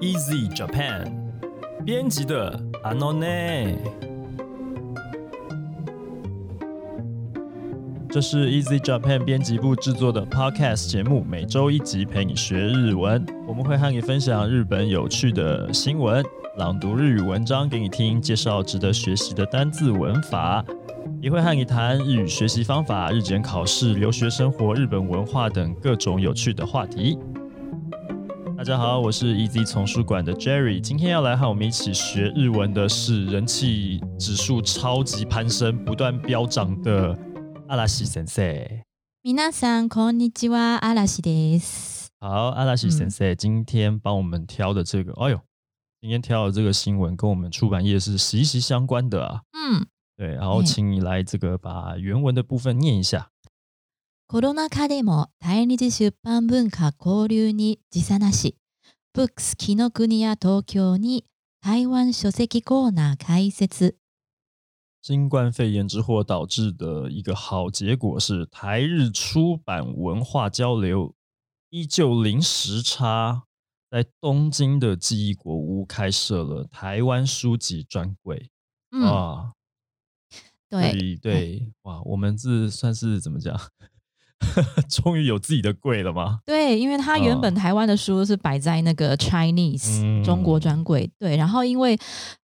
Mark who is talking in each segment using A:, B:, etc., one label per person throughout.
A: Easy Japan 编辑的 a n o n
B: 这是 Easy Japan 编辑部制作的 Podcast 节目，每周一集陪你学日文。我们会和你分享日本有趣的新闻，朗读日语文章给你听，介绍值得学习的单字文法，也会和你谈日语学习方法、日检考试、留学生活、日本文化等各种有趣的话题。大家好，我是 EZ 丛书馆的 Jerry，今天要来和我们一起学日文的是人气指数超级攀升、不断飙涨的阿拉西先生。
C: 皆さんこんにちは、嵐です。
B: 好，阿拉西先生今天帮我们挑的这个，哎呦，今天挑的这个新闻跟我们出版业是息息相关的啊。
C: うん、
B: 对，然后
C: 嗯
B: 请你来这个把原文的部分念一下。
C: コロナ禍でも対日出版文化交流に時差なし、ブックス紀の国や東京に台湾書籍コーナー開設。
B: 新冠肺炎之祸导致的一个好结果是，台日出版文化交流依旧零时差，在东京的记忆国屋开设了台湾书籍专柜
C: うん、
B: 啊。所
C: 嗯对，
B: 以对，哇，我们是算是怎么讲？ 终于有自己的柜了吗？
C: 对，因为它原本
B: 哦
C: 台湾的书是摆在那个 Chinese、
B: 嗯
C: 中国专柜，对，然后因为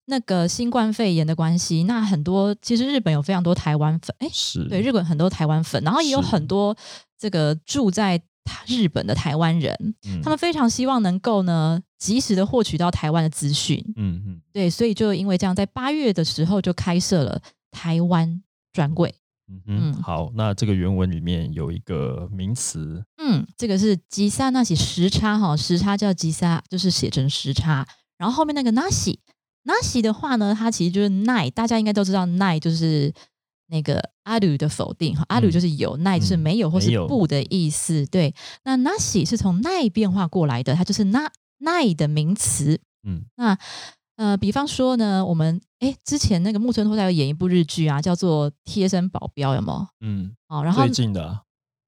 C: 那个新冠肺炎的关系，那很多其实日本有非常多台湾粉，哎，
B: 是，
C: 对，日本很多台湾粉，然后也有
B: 是
C: 很多这个住在台日本的台湾人，
B: 嗯
C: 他们非常希望能够呢及时的获取到台湾的资讯，
B: 嗯嗯，
C: 对，所以就因为这样，在八月的时候就开设了台湾专柜。
B: 嗯嗯
C: 嗯
B: 好，那这个原文里面有一个名词，
C: 嗯，这个是吉萨那喜时差哈，时差叫吉萨，就是写成时差。然后后面那个那喜，那喜的话呢，它其实就是 night，大家应该都知道 night 就是那个阿鲁的否定哈，阿鲁就是有，奈、就是没有或
B: 嗯
C: 是
B: 没有
C: 不的意思。对，那那喜是从奈变化过来的，它就是那奈的名词。
B: 嗯，
C: 那呃，比方说呢，我们诶之前那个木村拓哉有演一部日剧啊，叫做《贴身保镖》，有没有？
B: 嗯，
C: 哦，然后
B: 最近的啊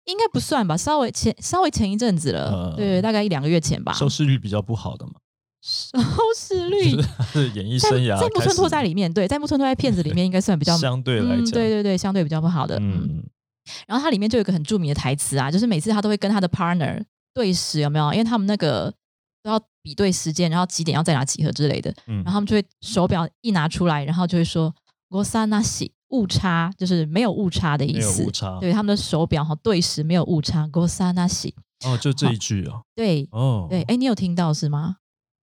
C: 应该不算吧，稍微前稍微前一阵子了，
B: 嗯
C: 对，大概一两个月前吧。
B: 收视率比较不好的嘛，
C: 收视率
B: 就是他的 演艺
C: 在
B: 生涯
C: 在木村拓哉
B: 里
C: 里面，对，在木村拓哉片子里面应该算比 较
B: 相对来
C: 嗯
B: 讲，
C: 对对对，相对比较不好的。嗯，
B: 嗯，
C: 然后它里面就有一个很著名的台词啊，就是每次他都会跟他的 partner 对时，有没有？因为他们那个都要比对时间，然后几点要在哪集合之类的，
B: 嗯
C: 然后他们就会手表一拿出来，然后就会说 g o s a n a s i 误差就是没有误差的
B: 没
C: 意
B: 有
C: 思
B: 误。差，
C: 对，他们的手表哈对时没有误差 g o s a n a s i
B: 哦，就这一句哦，
C: 对，
B: 哦，
C: 对，哎、，你有听到 是吗？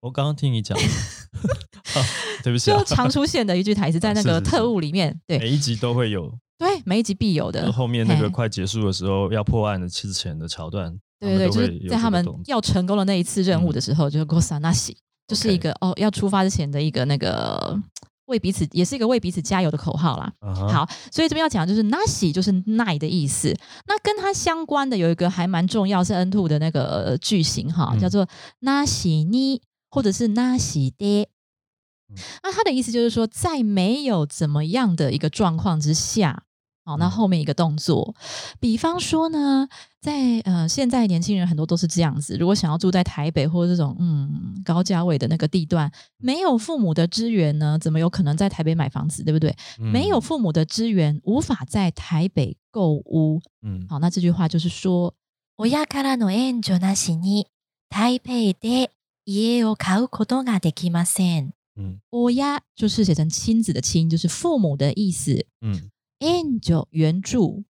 B: 我刚刚听你讲， 啊对不起啊
C: 就，常出现的一句台词，在 那
B: 是
C: 个
B: 是是
C: 特务里面，对
B: 每一集都会有
C: 对，每一集必有
B: 就是
C: 的。
B: 后面那个
C: 嘿
B: 快结束的时候要破案的之前的桥段，
C: 对
B: 他
C: 对对，
B: 们
C: 就
B: 都会
C: 是
B: 有
C: 在他们
B: 这个动作嗯
C: 要成功的那一次任务的时候，就是 “gosanashi”，就是一个哦，要出发之前的一个那个为彼此，也是一个为彼此加油的口号啦。
B: 啊哈
C: 好，所以这边要讲的就是 “nashi” 就是耐的意思。那跟它相关的有一个还蛮重要，是 N two 的那个呃句型哈，
B: 嗯
C: 叫做 “nashi ni” 或者是 “nashi de”。那
B: 嗯
C: 它的意思就是说，在没有怎么样的一个状况之下，好，那
B: 嗯
C: 后面一个动作，比方说呢，在呃现在年轻人很多都是这样子，如果想要住在台北或者这种嗯高价位的那个地段，没有父母的支援呢，怎么有可能在台北买房子，对不对？
B: 嗯
C: 没有，父母的支援，无法在台北购物。
B: 嗯嗯
C: 好，那这句话就是说，
D: 親からの援助なしに台北で家を買うことができません。
B: 嗯
C: 我呀就是写成亲子的亲，就是父母的意思。
B: 嗯，
C: 援助援助，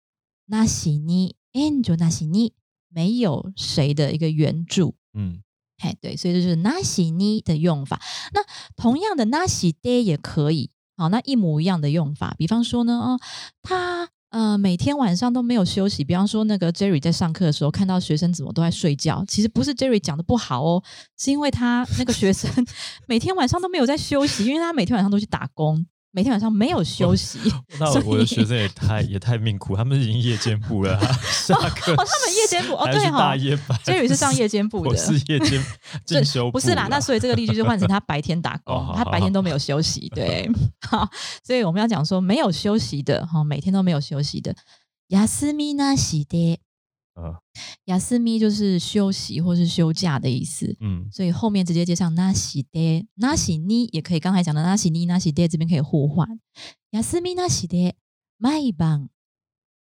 C: 那西尼援助那西尼，没有谁的一个援助。
B: 嗯，
C: 嘿，对，所以这就是那西尼的用法。那同样的那西爹也可以，好，那一模一样的用法。比方说呢，哦，他呃每天晚上都没有休息。比方说那个 Jerry 在上课的时候看到学生怎么都在睡觉，其实不是 Jerry 讲的不好哦，是因为他那个 学生每天晚上都没有在休息，因为他每天晚上都去打工，每天晚上没有休息。
B: 那
C: 所
B: 我的
C: 以
B: 学生也太也太命苦，他们已经夜间部 了啊，下课
C: 哦，他们夜间部哦，
B: 还
C: 对
B: 是
C: 哈、
B: 大
C: 哦，
B: 夜班，
C: 这里是上夜间部 的，
B: 我是夜 间 进修，
C: 不是啦，那所以这个例句就换成他白天打
B: 哦好
C: 工，他白天都没有休息。对， 好，所以我们要讲说没有休息的哈，每天都没有休息的。休みなしで
B: 嗯
C: 雅思咪就是休息或是休假的意思，
B: 嗯
C: 所以后面直接接上那喜爹、那喜你也可以。刚才讲的那喜你、那喜爹这边可以互换。雅思みなしで毎晩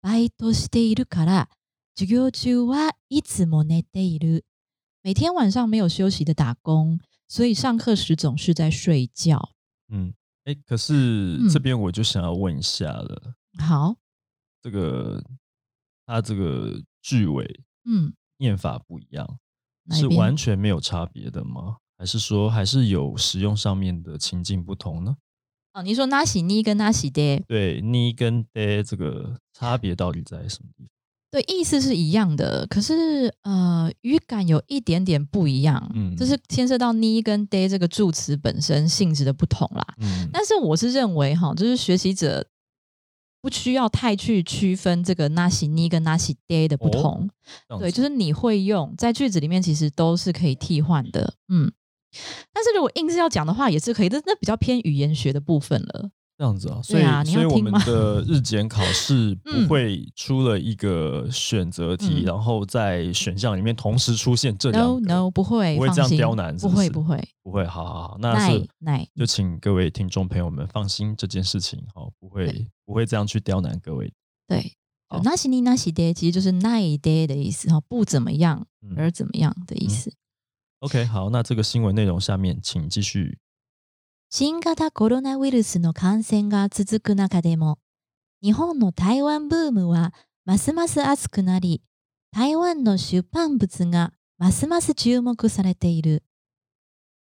C: バイトしているから、授業中はいつも寝ている。每天晚上没有休息的打工，所以上课时总是在睡觉。
B: 嗯。哎、可是
C: 嗯
B: 这边我就想要问一下了，
C: 好，
B: 这个它这个句尾
C: 嗯，
B: 念法不一样，
C: 哪一
B: 是
C: 边
B: 完全没有差别的吗？还是说还是有使用上面的情境不同呢？
C: 哦，你说那喜你跟那喜爹，
B: 对你跟 d 这个差别到底在什么地方？
C: 对，意思是一样的，可是呃，语感有一点点不一样，
B: 嗯
C: 嗯，这是牵涉到 ni 跟 day 这个助词本身性质的不同啦。
B: 嗯，
C: 但是我是认为哈，就是学习者不需要太去区分这个 nasi ni 跟 nasi day 的不
B: 哦
C: 同，
B: 这样
C: 对，
B: 子
C: 就是你会用，在句子里面其实都是可以替换的，嗯。但是如果硬是要讲的话，也是可以，但是那比较偏语言学的部分了。
B: 这样子啊，所
C: 对
B: 以、
C: 啊你
B: 所以
C: 要
B: 我
C: 听
B: 们
C: 吗
B: 的日检考试 不
C: 嗯
B: 会出了一个选择题，
C: 嗯
B: 然后在选项里面同时出现这两
C: No
B: 个
C: no，不会，
B: 不会
C: 放
B: 这样
C: 心
B: 刁难是
C: 不
B: 不
C: 会
B: 是
C: 不会，
B: 不会，好好好，那
C: 奈
B: 是
C: 奈，
B: 就请各位听众朋友们放心这件事情，哦，不会不会这样去刁难各位，
C: 对，
B: 好
C: 就那西尼那西爹其实就是那一爹的意思哈，不怎么样
B: 嗯
C: 而怎么样的意思。
B: ，OK，好，那这个新闻内容下面请继续，
C: 新型コロナウイルスの感染が続く中でも、日本の台湾ブームはますます熱くなり、台湾の出版物がますます注目されている。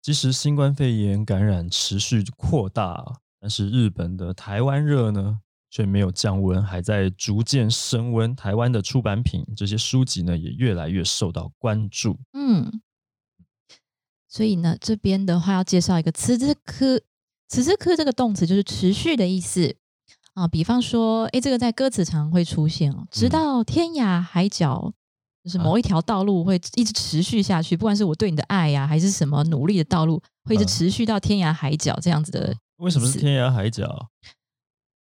B: 即使新冠肺炎感染持续扩大，但是日本的台湾热呢却没有降温，还在逐渐升温。台湾的出版品这些书籍呢也越来越受到关注。
C: 嗯，所以呢，这边的话要介绍一个此之科，此之科这个动词就是持续的意思啊。比方说，诶，这个在歌词常会出现哦，
B: 嗯
C: 直到天涯海角，就是
B: 啊
C: 某一条道路会一直持续下去，不管是我对你的爱呀、还是什么努力的道路，会一直
B: 嗯
C: 持续到天涯海角这样子的。
B: 为什么是
C: 是
B: 天涯海角？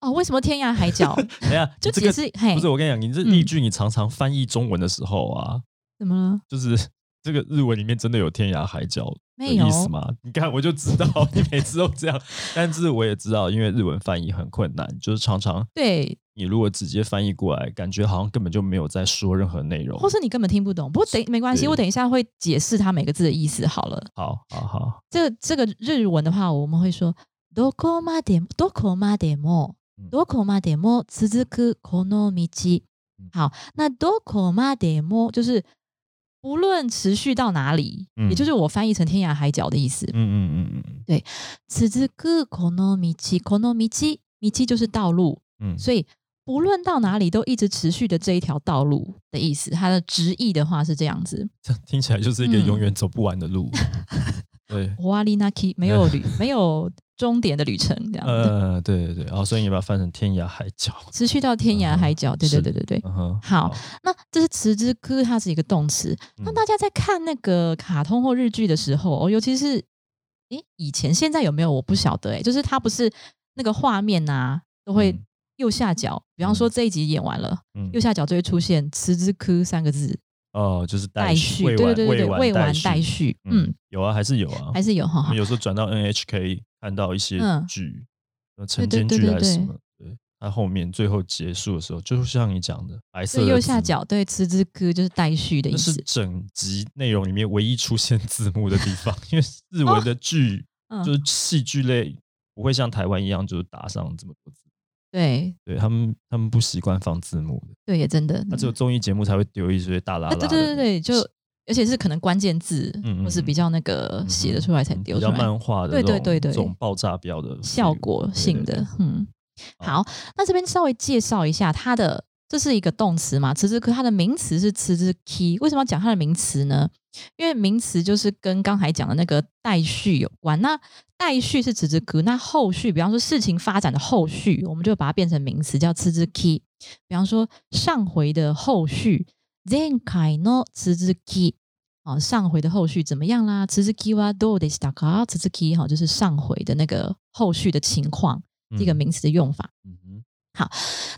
C: 哦，为什么天涯 海角？
B: 等一下，
C: 就
B: 你啊这个
C: 解释嘿
B: 不是我跟你讲，你这
C: 嗯
B: 例句你常常翻译中文的时候啊，
C: 怎么了？
B: 就是这个日文里面真的有天涯海角的
C: 没有
B: 意思吗？ 你看我就知道你每次都这样，但是我也知道，因为日文翻译很困难，就是常常
C: 对，
B: 你如果直接翻译过来，感觉好像根本就没有在说任何内容。
C: 或是你根本听不懂。不过等没关系，
B: 对
C: 我等一下会解释它每个字的意思好了。
B: 好好好，
C: 这个这个日文的话，我们会说どこまでもどこまでも
B: 嗯
C: どこまでも続くこの道
B: 嗯。
C: 好，那どこまでも就是不论持续到哪里，
B: 嗯
C: 也就是我翻译成天涯海角的意思。
B: 嗯嗯嗯嗯
C: 続くこの道，この道，道就是道路，
B: 嗯，
C: 所以不论到哪里都一直持续的这一条道路的意思。它的直译的话是这样子。
B: 这样听起来就是一个
C: 嗯
B: 永远走不完的 路。对，
C: 哇里那基没有旅，没有终点的旅程，这样子。
B: 呃，对对对，哦，所以你把它翻成天涯海角。
C: 持续到天涯海角。对
B: 嗯是
C: 对对对对。
B: 嗯哼，
C: 好，那这是词之歌，它是一个动词。那
B: 嗯
C: 大家在看那个卡通或日剧的时候，哦，尤其是诶以前现在有没有我不晓得诶、就是它不是那个画面啊，都会
B: 嗯
C: 右下角，比方说这一集演完了，
B: 嗯
C: 右下角就会出现“词之歌”三个字
B: 哦，就是
C: 待
B: 续，
C: 续，对对
B: 完
C: 对对对，未完待
B: 待续。
C: 续，嗯
B: 嗯，，有啊，还是有啊，
C: 还是有哈
B: 我
C: 哈
B: 们。有时候转到 NHK 看到一些
C: 嗯
B: 剧，呃晨
C: 对
B: 间
C: 对
B: 剧
C: 对
B: 还是
C: 对
B: 什么，对，它后面最后结束的时候，就是像你讲的白色
C: 所
B: 的
C: 以右下
B: 字幕
C: 角对“词之歌”就是待续的意
B: 那是
C: 思，
B: 整集内容里面唯一出现 字幕的地方，因为日文的剧、
C: 哦嗯
B: 就是戏剧类不会像台湾一样就是打上这么多字，
C: 对
B: 对他们他们不习惯放字幕的，
C: 对，也真的。
B: 那只有综艺节目才会丢一些大拉拉的，
C: 啊，嗯对对对对，就而且是可能关键字，
B: 嗯嗯
C: 或是比
B: 嗯
C: 较那个
B: 嗯
C: 写得出来才
B: 嗯
C: 丢
B: 比
C: 出
B: 较
C: 来，
B: 漫画的
C: 对
B: 这种
C: 对对对
B: 这种爆炸标的
C: 效果性的，嗯。
B: 好
C: 好，那这边稍微介绍一下它的，这是一个动词嘛，辞职科，它的名词是辞职 key。为什么要讲它的名词呢？因为名词就是跟刚才讲的那个待续有关。那待续是辞职科，那后续，比方说事情发展的后续，我们就把它变成名词，叫辞职 key。比方说上回的后续，前回の辞职 key。哦，上回的后续怎么样啦？辞职 key はどうでしたか？辞职 key 哈，就是上回的那个后续的情况，这个
B: 嗯
C: 名词的用法。
B: 嗯哼
C: 好，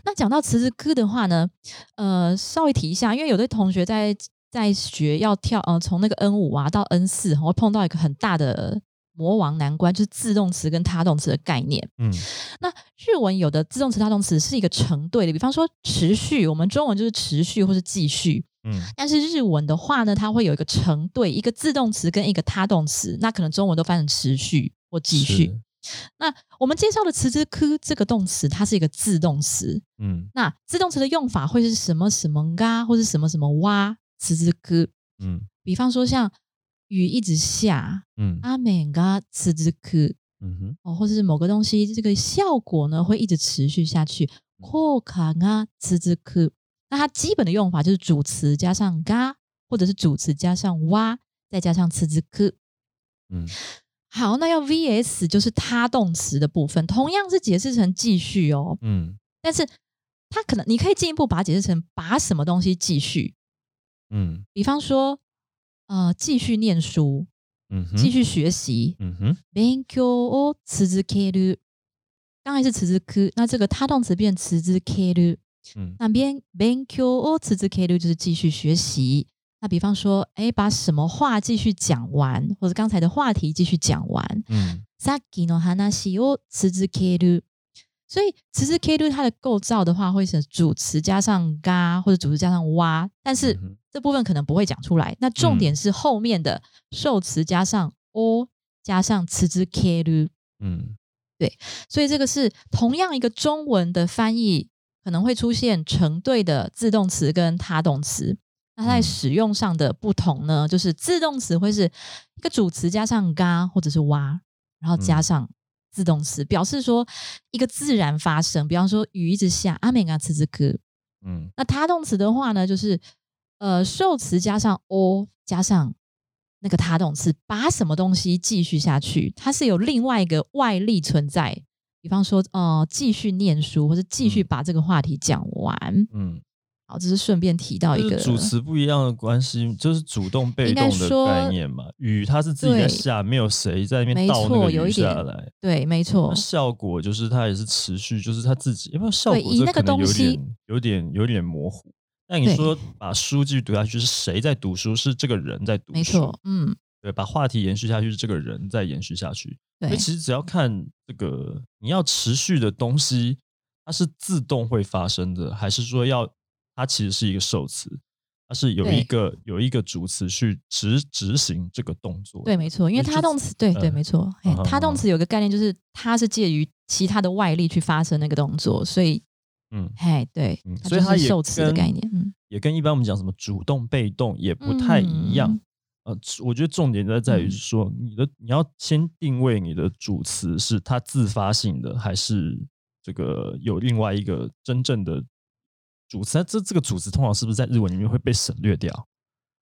C: 那讲到辞职歌的话呢，呃，稍微提一下，因为有的同学在在学要跳，呃，从那个 N 五啊到 N 四，会碰到一个很大的魔王难关，就是自动词跟他动词的概念。
B: 嗯，
C: 那日文有的自动词、他动词是一个成对的，比方说持续，我们中文就是持续或是继续。
B: 嗯
C: 但是日文的话呢，它会有一个成对，一个自动词跟一个他动词，那可能中文都翻成持续或继续。那我们介绍的辞职科这个动词，它是一个自动词。
B: 嗯
C: 那自动词的用法会是什么什么嘎，或是什么什么哇辞职科？
B: 嗯
C: 比方说像雨一直下，
B: 嗯
C: 阿美嘎辞职科
B: 嗯哼
C: 哦，或者是某个东西这个效果呢会一直持续下去。扩卡啊嘎辞职科，那它基本的用法就是主词加上嘎，或者是主词加上哇，再加上辞职科。
B: 嗯
C: 好，那要 VS 就是他动词的部分，同样是解释成继续哦，
B: 嗯
C: 但是它可能你可以进一步把它解释成把什么东西继续，
B: 嗯
C: 比方说呃继续念书，
B: 嗯哼
C: 继续学习，
B: 嗯哼
C: 勉強を続ける。刚才是続く，那这个他动词变続ける。
B: 嗯
C: 那边勉強を続ける就是继续学习。那比方说，哎，把什么话继续讲完，或者刚才的话题继续讲完。
B: 嗯
C: さっきの話を続ける。所以続ける它的构造的话，会是主词加上嘎，或者主词加上哇，但是
B: 嗯哼
C: 这部分可能不会讲出来。那重点是后面的受词加上 o 加上続ける。
B: 嗯
C: 所以这个是同样一个中文的翻译，可能会出现成对的自动词跟他动词。那它在
B: 嗯
C: 使用上的不同呢，就是自动词会是一个主词加上嘎或者是哇，然后加
B: 嗯
C: 上自动词，表示说一个自然发生。比方说雨一直下，阿美嘎辞职歌。
B: 嗯
C: 那他动词的话呢，就是呃受词加上 o 加上那个他动词，把什么东西继续下去，它是有另外一个外力存在。比方说，呃，继续念书，或者继续
B: 嗯
C: 把这个话题讲完。
B: 嗯，
C: 好，这是顺便提到一
B: 就
C: 个
B: 是主词不一样的关系，就是主动被
C: 应该
B: 动的
C: 说
B: 概念嘛。雨它是自己在
C: 对
B: 下，没有谁在那边
C: 没
B: 倒那
C: 错
B: 个
C: 有
B: 雨
C: 一
B: 下
C: 点
B: 来。
C: 对，没错
B: 那，效果就是它也是持续，就是它自己，因为效果
C: 对以
B: 这
C: 那
B: 可
C: 个
B: 能有
C: 东西
B: 点有点有点模糊。那你
C: 对
B: 说把书继续读下去，是谁在读书？是这个人在读书，
C: 没错，嗯，
B: 对，把话题延续下去，是这个人在延续下去。所以
C: 对，
B: 其实只要看这个你要持续的东西，它是自动会发生的，还是说要它其实是一个受词，它是有
C: 对
B: 一个有一个主词去执执行这个动作的。
C: 对，没错，因为
B: 就
C: 他动
B: 是
C: 词，对对，
B: 嗯
C: 没错，嘿
B: 嗯嗯
C: 他动
B: 嗯
C: 词有个概念就是它是介于其他的外力去发生那个动作，所以，
B: 嗯
C: 嘿，对
B: 嗯，，
C: 它
B: 所以
C: 就
B: 它
C: 是
B: 也
C: 受词的
B: 跟
C: 概念，嗯。
B: 也跟一般我们讲什么主动被动也不太一样。
C: 嗯
B: 呃，我觉得重点在在于
C: 嗯
B: 说，你的你要先定位你的主词是它自发性的，还是这个有另外一个真正的主词？那这这个主词通常是不是在日文里面会被省略掉，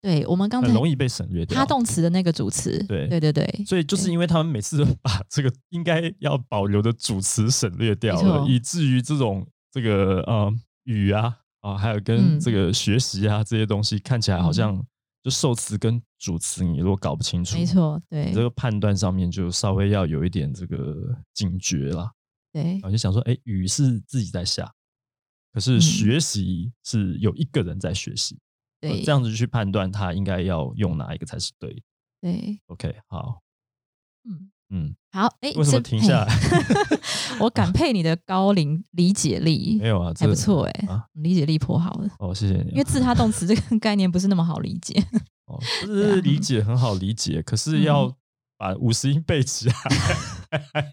C: 对，我们刚才
B: 很容易被省略掉？
C: 他动词的那个主词，
B: 对
C: 对对对，
B: 所以就是因为他们每次都把这个应该要保留的主词省略掉
C: 没
B: 了，
C: 错
B: 以至于这种这个呃语啊啊，还有跟
C: 嗯
B: 这个学习啊这些东西，看起来好
C: 嗯
B: 像就受词跟主词，你如果搞不清楚，
C: 没，错，对
B: 你这个判断上面就稍微要有一点这个警觉啦。
C: 对
B: 然后就想说，哎，语是自己在下，可是
C: 嗯
B: 学习是有一个人在学习，呃
C: 对，
B: 这样子去判断他应该要用哪一个才是对。
C: 对，
B: OK，好，
C: 嗯，
B: 嗯，
C: 好，哎，
B: 为什么
C: 这
B: 停下来？
C: 嘿 我感佩你的高龄理解力
B: 没，有啊，这
C: 还不错哎
B: 啊，
C: 理解力颇好的，
B: 哦，谢谢你啊。
C: 因为自他动词这个概念不是那么好理解，
B: 哦，
C: 啊
B: 就是理解很好理解，可
C: 嗯
B: 是要把五十音背起来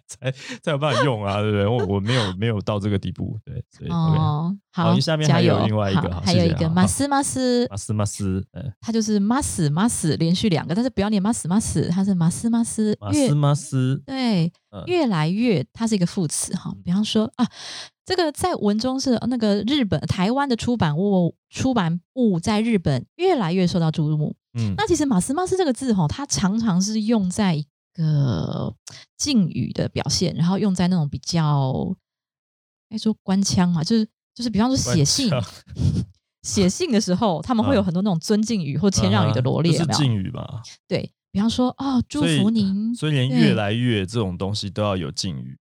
B: 才才有办法用啊，对不对？我我没有没有到这个地步，对，所以 OK。
C: 哦，
B: 好
C: 好，
B: 你下面
C: 加
B: 还有
C: 油
B: 另外一个
C: 好
B: 好
C: 还
B: 谢
C: 有
B: 谢
C: 一个
B: 好
C: 马
B: 好
C: 斯马斯
B: 马。斯马斯，嗯，
C: 它就是马斯马斯连续两个，但是不要念马斯马斯，它是马斯马斯
B: 马
C: 越
B: 斯马斯，
C: 对
B: 嗯，
C: 越来越，它是一个副词哈
B: 嗯。
C: 比方说啊，这个在文中是那个日本台湾的出版物出版物在日本越来越受到注目。
B: 嗯
C: 那其实马斯马斯这个字哈，它常常是用在一个敬语的表现，然后用在那种比较该说官腔嘛，就是就是比方说写信
B: 官。
C: 写信的时候，他们会有
B: 嗯
C: 很多那种尊敬语或谦让语的罗列，
B: 啊
C: 有
B: 就是
C: 没有？
B: 敬语嘛，
C: 对，比方说哦，祝
B: 所以
C: 福您，
B: 所以连
C: 对
B: 越来越这种东西都要有敬语，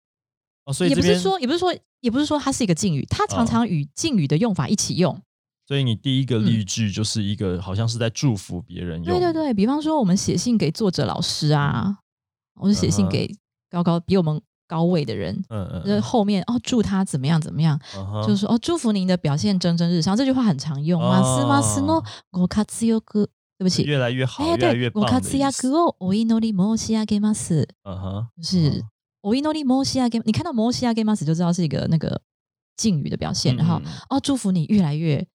B: 哦，所以
C: 也
B: 这
C: 不是
B: 边，啊
C: 说，也不是说，也不是说它是一个敬语，它常常与敬语的用法一起用。
B: 所以你第一个例句就是一个好像是在祝福别人用，
C: 嗯对对，对，比方说我们写信给作者老师啊，我是写信
B: 嗯哼
C: 给高高比我们高位的人，
B: 嗯嗯
C: 就是
B: 嗯
C: 后面哦祝他怎么样怎么样，
B: 嗯哼，
C: 就是说哦祝福您的表现蒸蒸日上，这句话很常用啊。
B: 哦
C: すますのご活躍，对不起，
B: 越来越好，
C: 哎
B: 越来越
C: 对，
B: 棒
C: ご
B: 的
C: 活
B: 意思
C: 躍。をお祈り申し上げます，
B: 嗯哼，
C: 就是お祈り申し上げ，你看到申し上げます就知道是一个那个敬语的表现，然后
B: 嗯
C: 哦祝福你越来越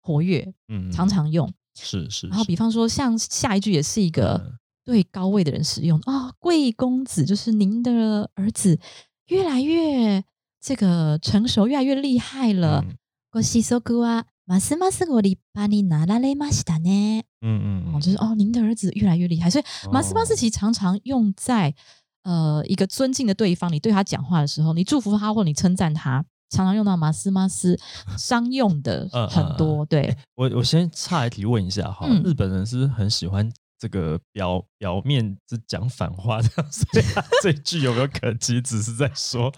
C: 活跃，
B: 嗯，嗯
C: 常常用。
B: 是是，
C: 然后
B: 是
C: 比呃方说像下一句也是一个。
B: 嗯
C: 对高位的人使用啊、贵公子就是您的儿子，越来越这个成熟，越来越厉害了。
B: 嗯
C: ご子息はますますご立派になられましたね。
B: 嗯嗯，
C: 哦，就是哦，您的儿子越来越厉害，所以ますます
B: 哦
C: 其实常常用在呃一个尊敬的对方，你对他讲话的时候，你祝福他或你称赞他，常常用到ます ます，商用的
B: 嗯嗯
C: 很多。对，
B: 我我先岔一题问一下哈，
C: 嗯
B: 日本人是很喜欢这个表表面只讲反话的， 所以 他这句有没有可及？只是在说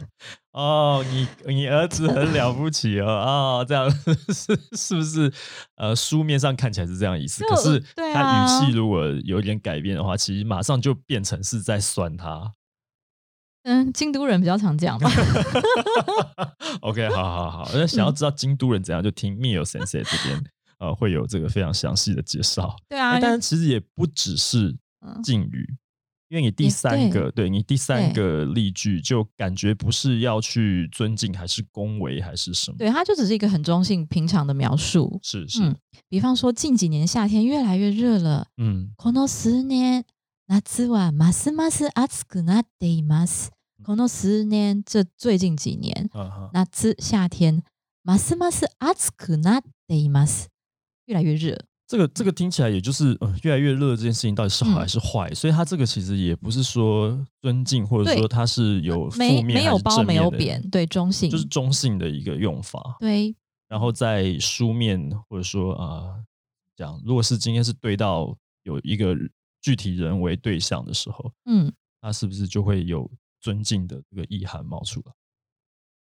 B: 哦，你你儿子很了不起哦，哦，这样 是是不是？呃，书面上看起来是这样意思，
C: 就
B: 可是
C: 对
B: 他
C: 啊
B: 语气如果有一点改变的话，其实马上就变成是在酸他。
C: 嗯，京都人比较常 讲吧。
B: OK，好好好，那
C: 嗯
B: 想要知道京都人怎样，就听 Mio Sensei 这边。呃，会有这个非常详细的介绍。
C: 对
B: 哎
C: 啊，
B: 但是其实也不只是
C: 嗯
B: 敬语，因为你第
C: 也
B: 三
C: 对
B: 个，对你第三个例句，就感觉不是要去尊敬，还是恭维，还是什么？
C: 对，它就只是一个很中性、平常的描述。
B: 是是，
C: 嗯比方说，近几年夏天越来越热了，
B: 嗯
C: この数年夏はますます暑くなっています。この数年，这最近几年，
B: 啊哈，
C: 夏夏天ますます暑くなっています，越来越热。
B: 这个这个听起来也就是、呃、越来越热这件事情到底是好还
C: 嗯
B: 是坏？所以它这个其实也不是说尊敬，或者
C: 对呃
B: 说它是有负
C: 没
B: 面
C: 没
B: 还
C: 有
B: 是
C: 褒
B: 正
C: 没
B: 面
C: 有
B: 的
C: 贬，，对中性，
B: 就是中性的一个用法。
C: 对
B: 然后在书面或者说啊、呃讲，如果是今天是对到有一个具体人为对象的时候，
C: 嗯
B: 那是不是就会有尊敬的这个意涵冒出来？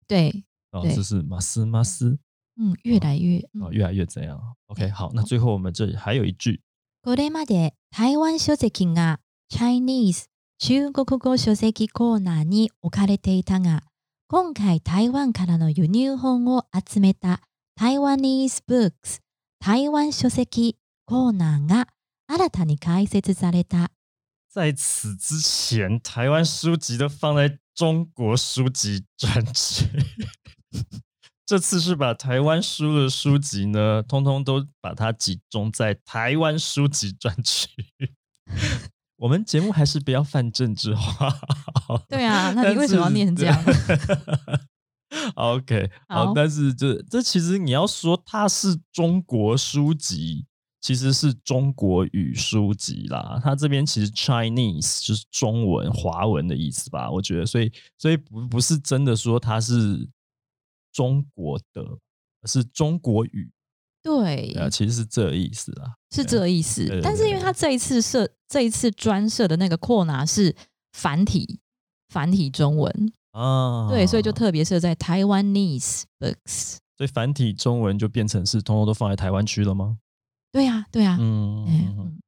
C: 对，
B: 啊，
C: 对
B: 这是马斯马斯
C: 嗯，越来越。嗯
B: 啊，越来越怎样？OK，好，那最后我们这里还有一句，
C: これまで台湾書籍が Chinese 中国語書籍コーナーに置かれていたが、今回台湾からの輸入本を集めた台湾 Taiwanese Books 台湾書籍コーナーが新たに開設された。
B: 在此之前，台湾书籍都放在中国书籍专区。 这次是把台湾书的书籍呢，通通都把它集中在台湾书籍专区。 我们节目还是不要泛政治化。
C: 对啊，
B: 但
C: 那你为什么要
B: 是
C: 念成这样？
B: ？OK，好，
C: 好
B: 但是这这其实你要说它是中国书籍，其实是中国语书籍啦。它这边其实 Chinese 就是中文、华文的意思吧？我觉得，所以所以不不是真的说它是中国的，而是中国语
C: 对
B: 啊，其实是这意思啦。
C: 是这意思。
B: 对对对
C: 但是因为他这一次设这一次专设的那个扩拿是繁体繁体中文，
B: 啊，
C: 对，所以就特别设在台湾 Taiwanese Books。
B: 所以繁体中文就变成是通通都放在台湾区了吗？
C: 对呀、 对呀、
B: 嗯。
C: 哎
B: 嗯
C: 嗯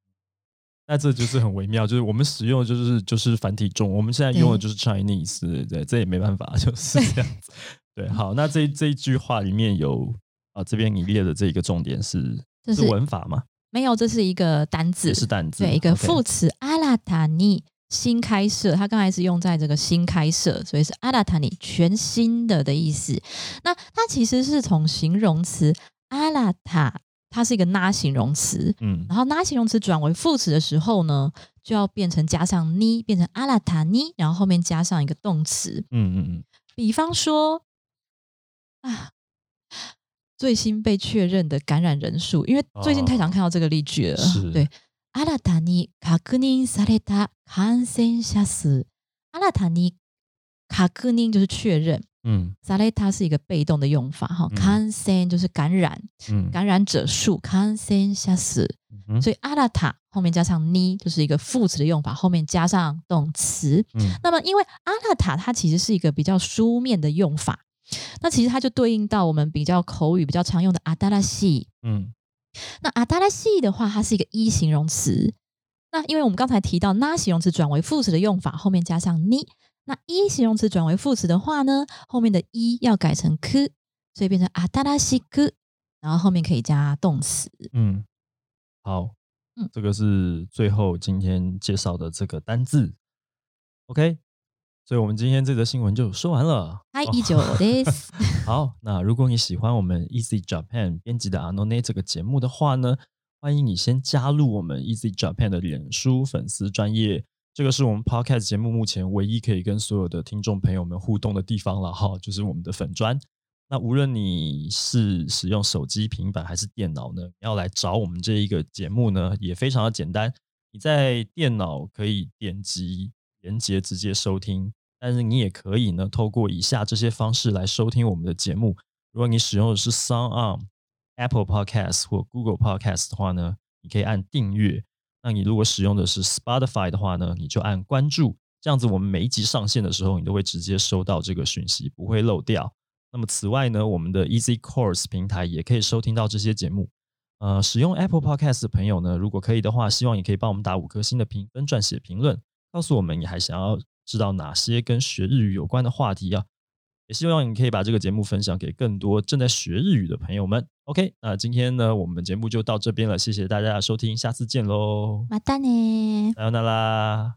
B: 那这就是很微妙，就是我们使用的就是就是繁体中文，我们现在用的
C: 对
B: 就是 Chinese，对对，这也没办法，就是这样子。对，好，那这这一句话里面有啊，这边你列的这一个重点是
C: 这是
B: 文法吗？
C: 没有，这是一个单字，
B: 也是单字，
C: 对一个
B: OK
C: 副词阿拉塔尼新开设，它刚才是用在这个新开设，所以是阿拉塔尼全新的的意思。那它其实是从形容词阿拉塔，它是一个拉形容词，
B: 嗯
C: 然后拉形容词转为副词的时候呢，就要变成加上尼，变成阿拉塔尼，然后后面加上一个动词，
B: 嗯嗯
C: 比方说啊，最新被确认的感染人数，因为最近太常看到这个例句了，
B: 哦是
C: 对。新たに確認された感染者数，新たに確認就是确认，
B: 嗯
C: され它是一个被动的用法哈，
B: 嗯
C: 感染就是感染，
B: 嗯
C: 感染者数，感染者数。
B: 嗯
C: 所以阿拉塔后面加上呢，就是一个副词的用法，后面加上动词。
B: 嗯
C: 那么因为阿拉塔它其实是一个比较书面的用法，那其实它就对应到我们比较口语比较常用的阿达拉西。
B: 嗯
C: 那阿达拉西的话，它是一个一形容词。那因为我们刚才提到那形容词转为副词的用法，后面加上呢。那一形容词转为副词的话呢，后面的一要改成 k，所以变成阿达拉西 k，然后后面可以加动词。
B: 嗯，好，
C: 嗯
B: 这个是最后今天介绍的这个单字，OK，所以我们今天这则新闻就说完了。
C: 嗨，
B: 哦
C: 以上です。
B: 好，那如果你喜欢我们 Easy Japan 编辑的 Anone 这个节目的话呢，欢迎你先加入我们 Easy Japan 的脸书粉丝专业。这个是我们 Podcast 节目目前唯一可以跟所有的听众朋友们互动的地方了哈，就是我们的粉砖。那无论你是使用手机、平板还是电脑呢，要来找我们这一个节目呢，也非常的简单。你在电脑可以点击连接直接收听，但是你也可以呢，透过以下这些方式来收听我们的节目。如果你使用的是 Sound On、Apple Podcast 或 Google Podcast 的话呢，你可以按订阅；那你如果使用的是 Spotify 的话呢，你就按关注。这样子，我们每一集上线的时候，你都会直接收到这个讯息，不会漏掉。那么此外呢，我们的 Easy Course 平台也可以收听到这些节目。呃，使用 Apple Podcast 的朋友呢，如果可以的话，希望也可以帮我们打五颗星的评分、撰写评论，告诉我们你还想要知道哪些跟学日语有关的话题啊。也希望你可以把这个节目分享给更多正在学日语的朋友们。OK，那今天呢，我们节目就到这边了，谢谢大家的收听，下次见喽，
C: またね。
B: 再见啦。